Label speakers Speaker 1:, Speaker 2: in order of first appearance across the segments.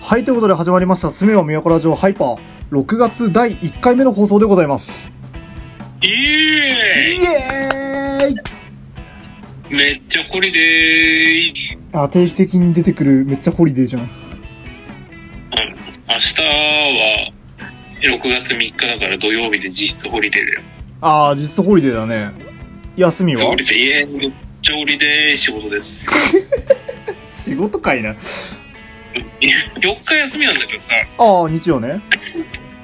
Speaker 1: はい、ということで始まりました、すめは都ラジオハイパー、6月第1回目の放送でございます。
Speaker 2: イエ
Speaker 1: イエーイ
Speaker 2: ーイめっちゃホリデー
Speaker 1: あ、定期的に出てくるめっちゃホリデーじゃん。
Speaker 2: うん明日は6月3日だから土曜日で実質ホリデーだよ。
Speaker 1: あー、実質ホリデーだね。休み
Speaker 2: ホ
Speaker 1: は
Speaker 2: リデー、イエーイめっちゃホリデー仕事です。
Speaker 1: 仕事かいな。
Speaker 2: 4日休みなんだけどさ、
Speaker 1: あー、日曜ね。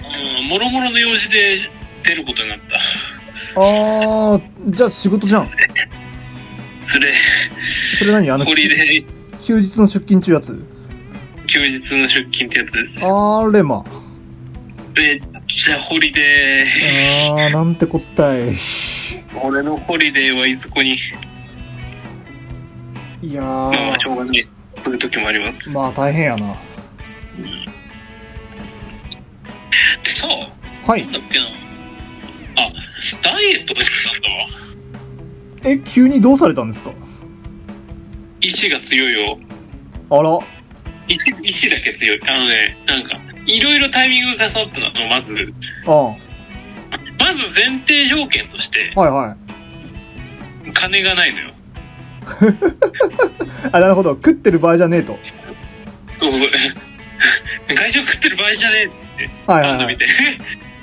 Speaker 2: うん、もろもろの用事で出ることになっ
Speaker 1: あー、じゃあ仕事じゃん。
Speaker 2: た。それ、
Speaker 1: それ何あの、
Speaker 2: ホリデー、
Speaker 1: 休日の出勤中やつ。
Speaker 2: 休日の出勤ってやつです。
Speaker 1: あれま。
Speaker 2: めっちゃホリデ
Speaker 1: あー、なんてこったい。
Speaker 2: ー。俺のホリデーはいずこに、
Speaker 1: いや
Speaker 2: まあ
Speaker 1: ー
Speaker 2: し、ょうがない。そういう時もあります。
Speaker 1: まあ大変やな。
Speaker 2: さあ、
Speaker 1: は
Speaker 2: ないん。だっけな。あ、ダイエットだったんだわ。
Speaker 1: え、急にどうされたんですか
Speaker 2: 意志が強いよ。
Speaker 1: あら。
Speaker 2: 意志、意志だけ強い。あのね、なんか、いろいろタイミングが重なったの、まず。
Speaker 1: あん。
Speaker 2: まず前提条件として、
Speaker 1: はいはい。
Speaker 2: 金がないのよ。
Speaker 1: あ、なるほど。食ってる場合じゃねえと。
Speaker 2: そう そう。外食食ってる場合じゃねえって
Speaker 1: はいは
Speaker 2: パン
Speaker 1: い
Speaker 2: ダ
Speaker 1: は
Speaker 2: 見
Speaker 1: い。
Speaker 2: て、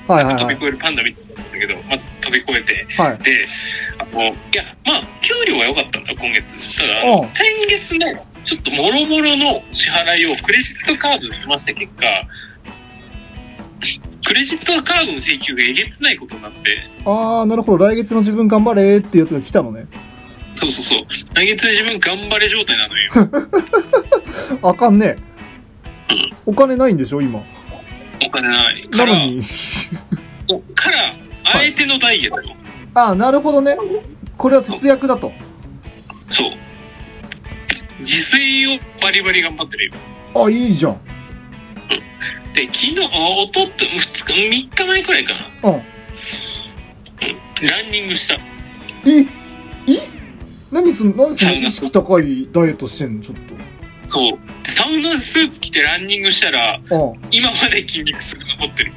Speaker 1: はいはい
Speaker 2: 飛
Speaker 1: は
Speaker 2: び
Speaker 1: い。
Speaker 2: 越えるパンダ見てたんだけど、まず飛び越えて、
Speaker 1: はい。
Speaker 2: で、あの、いや、まあ、給料は良かったんだ、今月。ただ、
Speaker 1: うん
Speaker 2: 先月の、ちょっともろもろの支払いをクレジットカードで済ませた結果、クレジットカードの請求がえげつないことになって、
Speaker 1: あー、なるほど。来月の自分頑張れーってやつが来たのね。
Speaker 2: そうそうそう。来月自分頑張れ状態なのよ。
Speaker 1: あかんね。お金ないんでしょ、今。
Speaker 2: お金ない。か
Speaker 1: な
Speaker 2: ら
Speaker 1: の、に。
Speaker 2: から、あえてのダイエット。
Speaker 1: あー、なるほどね。これは節約だと。
Speaker 2: そう。自炊をバリバリ頑張ってるよ。
Speaker 1: あ、いいじゃん。
Speaker 2: で、昨日、おとって、2日、3日前くらいかな。
Speaker 1: うん。
Speaker 2: ランニングした。
Speaker 1: え、え何すん何その意識高いダイエットしてんのちょっ
Speaker 2: そう。サウナスーツ着てランニングしたら、
Speaker 1: と。うん。
Speaker 2: 今まで筋肉すぐ残ってる。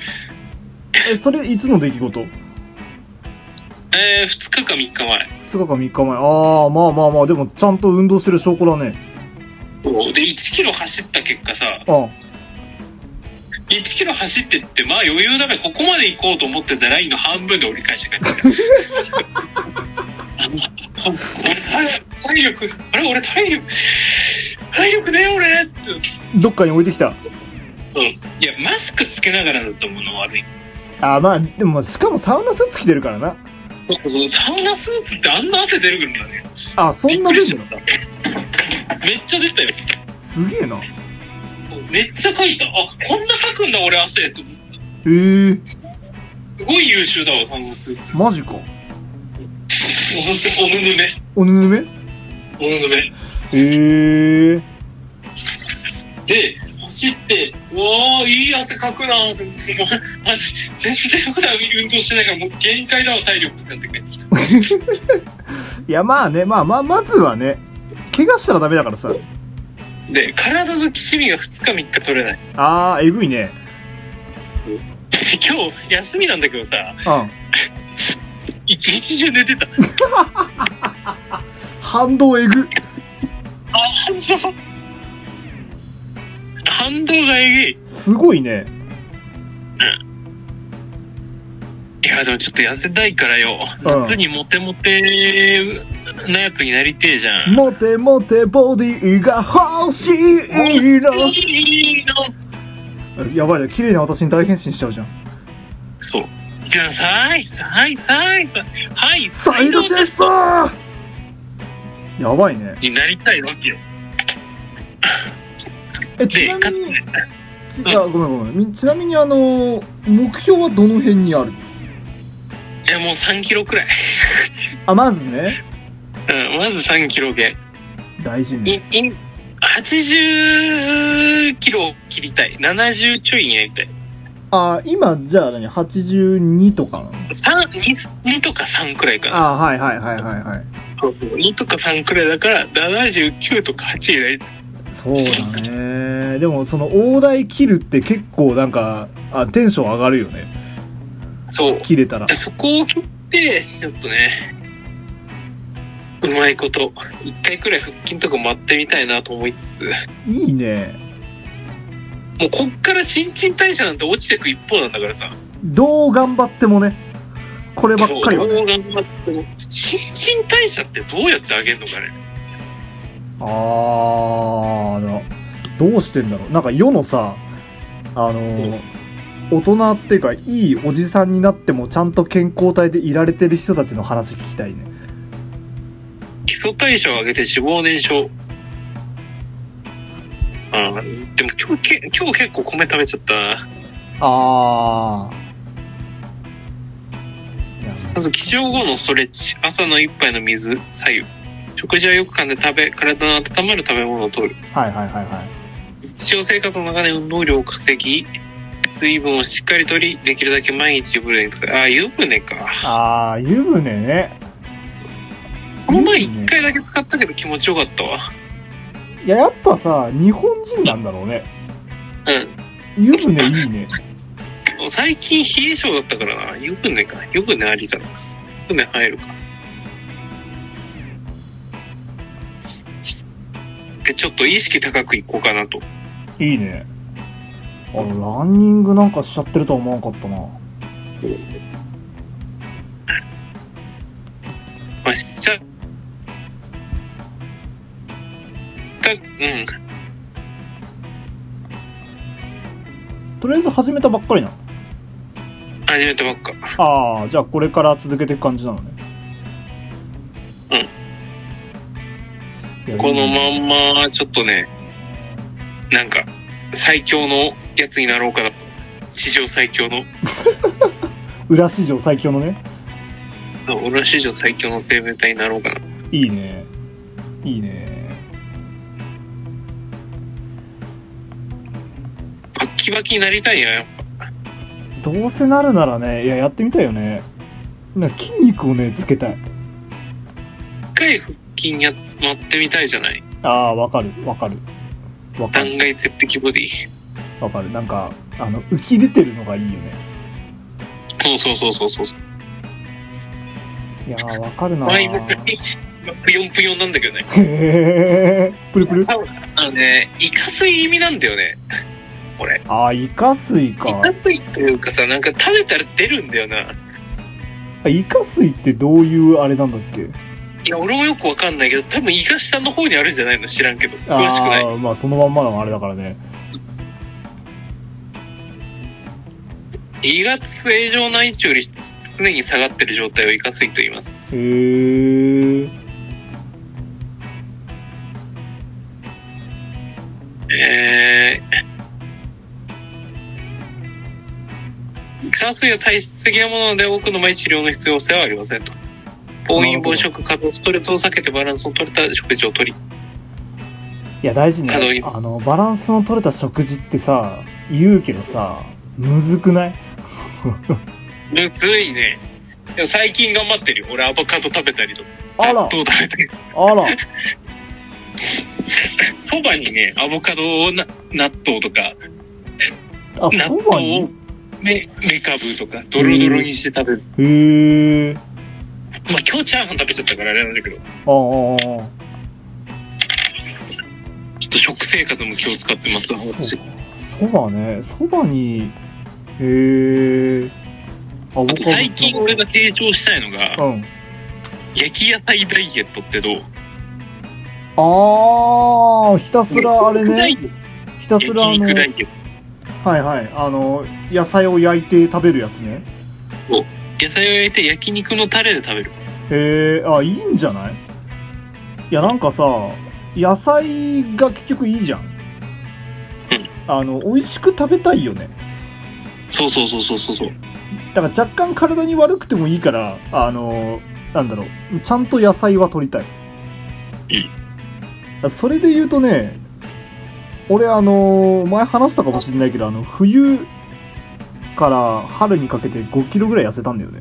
Speaker 1: え、それいつの出来事 ?2
Speaker 2: えー、2日か3日前。
Speaker 1: 日か3日前。あー、まあまあまあ、でもちゃんと運動してる証拠だね。
Speaker 2: そうで、1キロ走った結果さ、
Speaker 1: うん。
Speaker 2: 1キロ走ってって、まあ余裕だからここまで行こうと思ってたラインの半分で折り返して帰ってきた。あのあれ体力、あれ俺体力、体力ねえ俺って。
Speaker 1: どっかに置いてきた。
Speaker 2: いや、マスクつけながらだと思うの悪い。
Speaker 1: あまあでもしかもサウナスーツ着てるからな
Speaker 2: そうサウナスーツってあんな汗出るんだね。
Speaker 1: あそんな
Speaker 2: びっくり
Speaker 1: 出
Speaker 2: しち
Speaker 1: る
Speaker 2: ゃ
Speaker 1: の
Speaker 2: った。めっちゃ出たよ。
Speaker 1: すげえなへ
Speaker 2: めっちゃ書いた。あ、こんな書くんだ俺汗と思って。
Speaker 1: え
Speaker 2: すごい優秀だわ、サウナスーツ。
Speaker 1: マジか
Speaker 2: おすすおぬ
Speaker 1: おぬぬ
Speaker 2: ぬめ。
Speaker 1: め
Speaker 2: おぬぬめ。
Speaker 1: へえ
Speaker 2: で、走って、うわー、いい汗かくなーと思って、マジ、全然普段運動してないから、もう限界だわ、体力ってなって帰ってきた。
Speaker 1: いやまあねまあまあまずはね怪我したらダメだからさ
Speaker 2: で、体のきしみが2日3日取れない。
Speaker 1: あーえぐいね
Speaker 2: で今日、休みなんだけどさ、
Speaker 1: うん
Speaker 2: 一日中寝てた。
Speaker 1: 反動えぐ
Speaker 2: あ、反動。反動がえげい。
Speaker 1: すごいね
Speaker 2: いや、でもちょっと痩せたいからよ。
Speaker 1: うん
Speaker 2: 夏にモテモテなやつになりてえじゃん。
Speaker 1: モテモテボディが欲しいの
Speaker 2: いいの
Speaker 1: やばいね綺麗な私に大変身しちゃうじゃん
Speaker 2: そう。じゃあ、さい、さい、さい、さい、はい、
Speaker 1: サイドチェストやばいね
Speaker 2: になりたいわけよ。
Speaker 1: えち
Speaker 2: で、
Speaker 1: な
Speaker 2: か
Speaker 1: み
Speaker 2: つ
Speaker 1: に
Speaker 2: ね、
Speaker 1: ち
Speaker 2: うん
Speaker 1: あごめんごめんみちなみにあの目標はどの辺にある
Speaker 2: いやもう3キロくらい。
Speaker 1: あまずね
Speaker 2: うん、まず3キロ減。
Speaker 1: 大事
Speaker 2: い
Speaker 1: ね
Speaker 2: い80キロを切りたい。70ちょいになりたい。
Speaker 1: あ今じゃあ何82とかなの
Speaker 2: 3、2, 2とか3くらいかな。
Speaker 1: あはいはいはいはいはい
Speaker 2: そうそう2とか3くらいだから、79とか8になりたい。
Speaker 1: そうだね。でも、その大台切るって結構なんか、あ、テンション上がるよね。
Speaker 2: そう
Speaker 1: 切れたら。
Speaker 2: そこを切ってちょっとねうまいこと一回くらい腹筋とか待ってみたいなと思いつつ
Speaker 1: いいね。
Speaker 2: もうこっから新陳代謝なんて落ちてく一方なんだからさ
Speaker 1: どう頑張ってもね。こればっかりは
Speaker 2: そうど
Speaker 1: ね。
Speaker 2: う頑張っても新陳代謝ってどうやって上げるのかね
Speaker 1: あーな、どうしてんだろう。なんか世のさ、あのー、大人っていうか、いいおじさんになってもちゃんと健康体でいられてる人たちの話聞きたいね。
Speaker 2: 基礎代謝を上げて脂肪燃焼あーでも今日け今日結構米食べちゃったな
Speaker 1: あー。いや
Speaker 2: まず起床後のストレッチ朝の一杯の水左右食事はよく噛んで食べ体の温まる食べ物を摂る
Speaker 1: はいはいはいはい。
Speaker 2: 日常生活の中で運動量を稼ぎ水分をしっかりとりできるだけ毎日湯船に使うああ湯船か
Speaker 1: ああ、湯船ね。
Speaker 2: この前一回だけ使ったけど気持ちよかったわ
Speaker 1: いや、やっぱさ、日本人なんだろうね。
Speaker 2: う
Speaker 1: 湯船いいね。
Speaker 2: ん最近冷え性だったからな湯船か湯船ありだな湯船入るかでちょっと意識高くいこうかなと
Speaker 1: いいね。あ、ランニングなんかしちゃってるとは思わなかったな。
Speaker 2: まあ、しちゃた、うん。
Speaker 1: とりあえず始めたばっかりなの。
Speaker 2: 始めたばっか。
Speaker 1: ああ、じゃあこれから続けていく感じなのね。
Speaker 2: うん
Speaker 1: いや。
Speaker 2: この
Speaker 1: いいね
Speaker 2: まんま、ちょっとね、なんか、最強のやつになろうかなと。史上最強の、
Speaker 1: 裏史上最強のね。
Speaker 2: 俺は史上最強の生命体になろうかな。
Speaker 1: いいね。いいね。
Speaker 2: バッキバキになりたいよ、やっ
Speaker 1: どうせなるならね、いや、やってみたいよね。なんか筋肉をね、つけたい。
Speaker 2: ぱ。一回腹筋やっまってみたいじゃない
Speaker 1: ああ、わかる、わかる。わかる。
Speaker 2: 断崖絶壁ボディ。
Speaker 1: わかるなんかあの浮き出てるのがいいよね
Speaker 2: そうそうそうそうそう。
Speaker 1: いやーわかるな
Speaker 2: 前
Speaker 1: ー
Speaker 2: 僕、4分4なんだけどね。
Speaker 1: へえプルプル
Speaker 2: あのね、イカすい意味なんだよね。
Speaker 1: あーイカ水
Speaker 2: イ
Speaker 1: か
Speaker 2: カすいというかさ、なんか食べたら出るんだよな。
Speaker 1: あイカ水ってどういうあれなんだっけ
Speaker 2: いや、俺もよくわかんないけど、多分イカ下の方にあるんじゃないの知らんけど。詳しくない。
Speaker 1: ああまあそのまんまのあれだからね
Speaker 2: 胃が正常な位置より常に下がってる状態をイカ水と言います。
Speaker 1: へえ
Speaker 2: えー。イカ水は体質的なものなので、多くの場合治療の必要性はありませんと。暴飲暴食、過度、ストレスを避けてバランスを取れた食事をとり。
Speaker 1: いや大事
Speaker 2: 可動
Speaker 1: ね
Speaker 2: 域
Speaker 1: あのバランスの取れた食事ってさ言うけどさむずくない
Speaker 2: むずいね。でも最近頑張ってるよ。俺アボカド食べたりとか。
Speaker 1: あら
Speaker 2: 納豆食べたり。
Speaker 1: あら
Speaker 2: そばにね、アボカドをな納豆とか、
Speaker 1: あ
Speaker 2: 納
Speaker 1: そば
Speaker 2: 豆を
Speaker 1: に
Speaker 2: めめかぶとかドロドロにして食べる、
Speaker 1: へえ
Speaker 2: まあ今日チャーハン食べちゃったからあれなんだけどちょ
Speaker 1: あーあーあ
Speaker 2: っと食生活も気を使ってますわ私
Speaker 1: そばねそばにへえあ
Speaker 2: あと最近俺が提唱したいのが
Speaker 1: うん
Speaker 2: 焼き野菜ダイエットってどう
Speaker 1: ああひたすらあれ
Speaker 2: 肉ダイエ
Speaker 1: ね
Speaker 2: ッ
Speaker 1: ひた
Speaker 2: ト
Speaker 1: すらあ
Speaker 2: 焼
Speaker 1: の
Speaker 2: 肉ダイエッ
Speaker 1: はいはいあの野菜を焼いて食べるやつね
Speaker 2: ト野菜を焼いて焼肉のタレで食べる
Speaker 1: へえあいいんじゃないいやなんかさ野菜が結局いいじゃんあの美味しく食べたいよね
Speaker 2: そうそうそうそうそうそう
Speaker 1: だから若干体に悪くてもいいからあのなんだろうちゃんと野菜は取りたいそれで言うとね俺あの前話したかもしれないけどあの冬から春にかけて5キロぐらい痩せたんだよね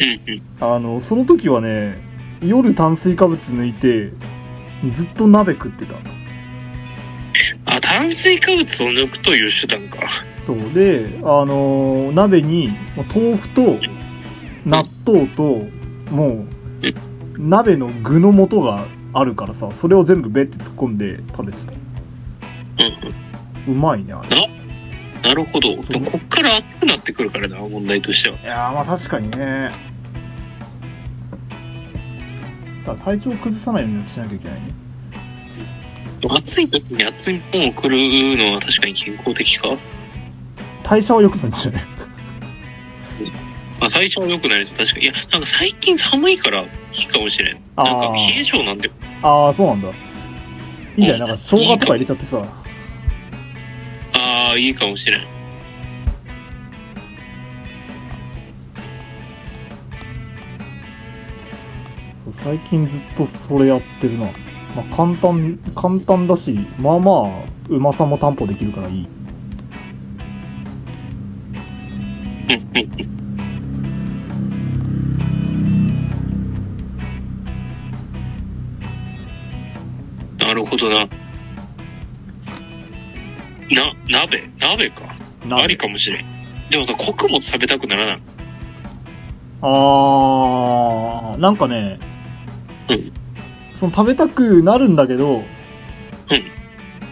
Speaker 2: うんうん
Speaker 1: あのその時はね夜炭水化物抜いてずっと鍋食ってた。
Speaker 2: あ、炭水化物を抜くという手段か。
Speaker 1: そう。で、あのー鍋に、もう豆腐と、納豆と、もう、鍋の具の素があるからさ、それを全部べって突っ込んで食べてた。
Speaker 2: うん
Speaker 1: うまいね、あれ。
Speaker 2: うん。なるほど。でもこっから熱くなってくるからな、問題としては。
Speaker 1: いやーまあ確かにねだから体調崩さないようにしなきゃいけないね
Speaker 2: 暑い時に熱いものを食るのは確かに健康的か。
Speaker 1: 代謝は良くなるんじゃない
Speaker 2: まあ、最初は良くないです。確かに。いや、なんか最近寒いからいいかもしれん。なんか
Speaker 1: あー
Speaker 2: 冷え性なんで。
Speaker 1: ああそうなんだいいじゃんなんか生姜とか入れちゃってさ
Speaker 2: ああ、いいかもしれん。
Speaker 1: そう最近ずっとそれやってるな、まあ、簡単簡単だしまあまあうまさも担保できるからいい
Speaker 2: うんうんうん。なるほどな。な、鍋鍋か。
Speaker 1: な
Speaker 2: ありかもしれん。でもさ、穀物食べたくならない。
Speaker 1: あーなんかね、
Speaker 2: うん
Speaker 1: その食べたくなるんだけど、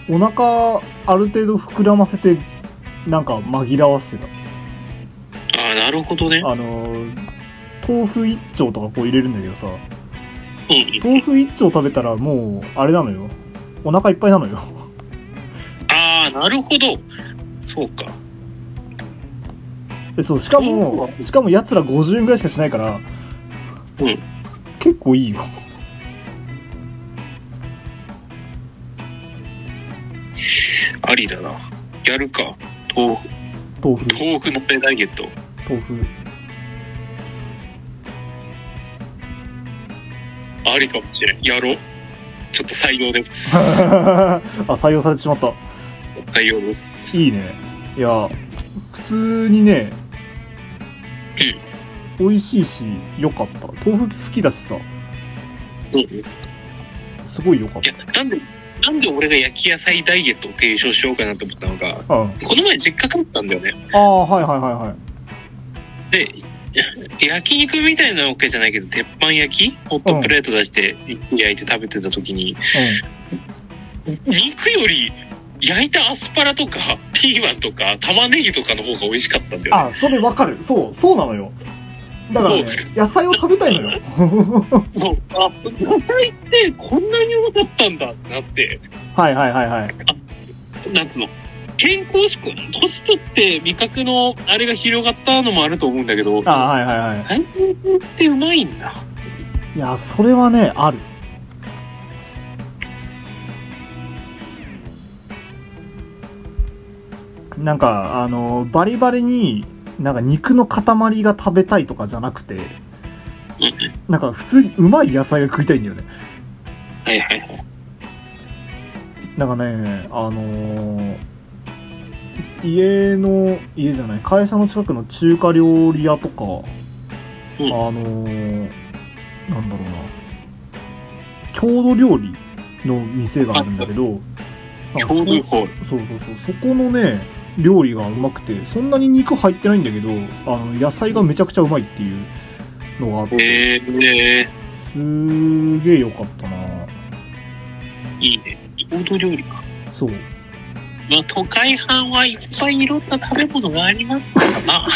Speaker 1: お腹ある程度膨らませてなんか紛らわしてた
Speaker 2: ああ、なるほどね。
Speaker 1: あのー豆腐一丁とかこう入れるんだけどさ
Speaker 2: うんうん。
Speaker 1: 豆腐一丁食べたらもうあれなのよお腹いっぱいなのよ
Speaker 2: ああ、なるほど。そうか。
Speaker 1: でそうしか
Speaker 2: 豆
Speaker 1: も
Speaker 2: 腐は
Speaker 1: しかもやつら50円ぐらいしかしないから、
Speaker 2: うん
Speaker 1: 結構いいよ
Speaker 2: ありだな。やるか。豆腐、
Speaker 1: 豆腐
Speaker 2: 豆腐のペダイエット。
Speaker 1: 豆腐
Speaker 2: ありかもしれん。やろう。ちょっと採用です。
Speaker 1: あ採用されてしまった
Speaker 2: 採用です。
Speaker 1: いいねいや普通にね美味しいし良かった豆腐好きだしさ
Speaker 2: うんうん。
Speaker 1: すごい良かっ
Speaker 2: いや、なんで、なんで俺が焼き野菜ダイエットを提唱しようかなと思ったのが、
Speaker 1: た、うん、あ
Speaker 2: この前実家帰ったんだよね。
Speaker 1: あはいはいはいはい
Speaker 2: で、焼肉みたいなわけじゃないけど、鉄板焼きホットプレート出して、肉焼いて食べてた時に、肉より焼いたアスパラとか、ピーマンとか、玉ねぎとかの方が美味しかったんだよね。
Speaker 1: あそれわかるそうそうなのよだから、ね、野菜を食べたいのよ
Speaker 2: そう。あ、野菜ってこんなに良かったんだってなって、
Speaker 1: はいはいはいはい
Speaker 2: なんつうの。健康志向、年取って味覚のあれが広がったのもあると思うんだけど、
Speaker 1: ああはいはいは
Speaker 2: タイミングってうまいんだ。
Speaker 1: いいやそれはねあるなんかあのバリバリになんか肉の塊が食べたいとかじゃなくて
Speaker 2: うん
Speaker 1: なんか普通にうまい野菜が食いたいんだよね
Speaker 2: はいはいはい。
Speaker 1: なんかね、あのー家の、家じゃない、会社の近くの中華料理屋とか、
Speaker 2: うん
Speaker 1: あのーなんだろうな、郷土料理の店があるんだけど、なんか
Speaker 2: 郷土法。
Speaker 1: そうそうそう、そこのね、料理がうまくて、そんなに肉入ってないんだけど、あの、野菜がめちゃくちゃうまいっていうのがあって、
Speaker 2: えー、え
Speaker 1: すーげえ良かったな
Speaker 2: ー、いいね。郷土料理か。
Speaker 1: そう。
Speaker 2: まあ、都会派はいっぱいいろんな食べ物がありますからな。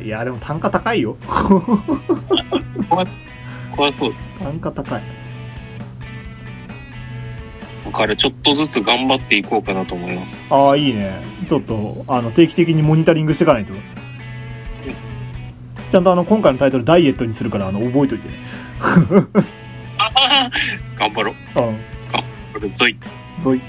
Speaker 1: いや、でも単価高いよ。
Speaker 2: 怖そう。
Speaker 1: 単価高い。
Speaker 2: だからちょっとずつ頑張っていこうかなと思います。
Speaker 1: ああ、いいね。ちょっと、あの、定期的にモニタリングしていかないと。ちゃんとあの、今回のタイトルダイエットにするから、あの、覚えといてね。
Speaker 2: ああ頑張ろ
Speaker 1: う
Speaker 2: う。これぞい。
Speaker 1: ん。ぞい。